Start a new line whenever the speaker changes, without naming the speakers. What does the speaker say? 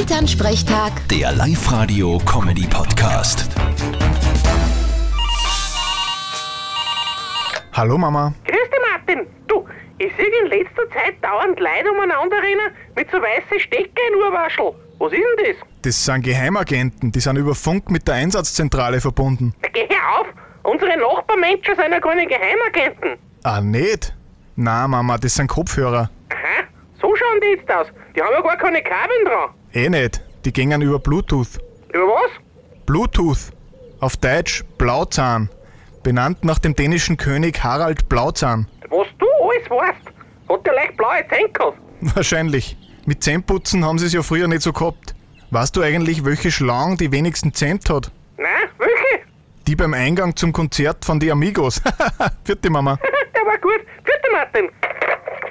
Elternsprechtag,
Der Live-Radio-Comedy-Podcast.
Hallo Mama.
Grüß dich, Martin. Du, ich sehe in letzter Zeit dauernd Leute umeinander rennen mit so weißen Stecker in Urwaschel. Was ist denn das?
Das sind Geheimagenten, die sind über Funk mit der Einsatzzentrale verbunden.
Da geh her auf! Unsere Nachbarmenschen sind ja keine Geheimagenten.
Ah, nicht? Na Mama, das sind Kopfhörer.
Aha, so schauen die jetzt aus. Die haben ja gar keine Kabeln dran.
Eh nicht, die gingen über Bluetooth.
Über was?
Bluetooth, auf Deutsch Blauzahn, benannt nach dem dänischen König Harald Blauzahn.
Was du alles weißt, hat der leicht blaue Zenkel.
Wahrscheinlich. Mit Zähneputzen haben sie es ja früher nicht so gehabt. Weißt du eigentlich, welche Schlange die wenigsten Zent hat?
Na, welche?
Die beim Eingang zum Konzert von die Amigos. Vierte Mama.
der war gut. Grüß dich, Martin.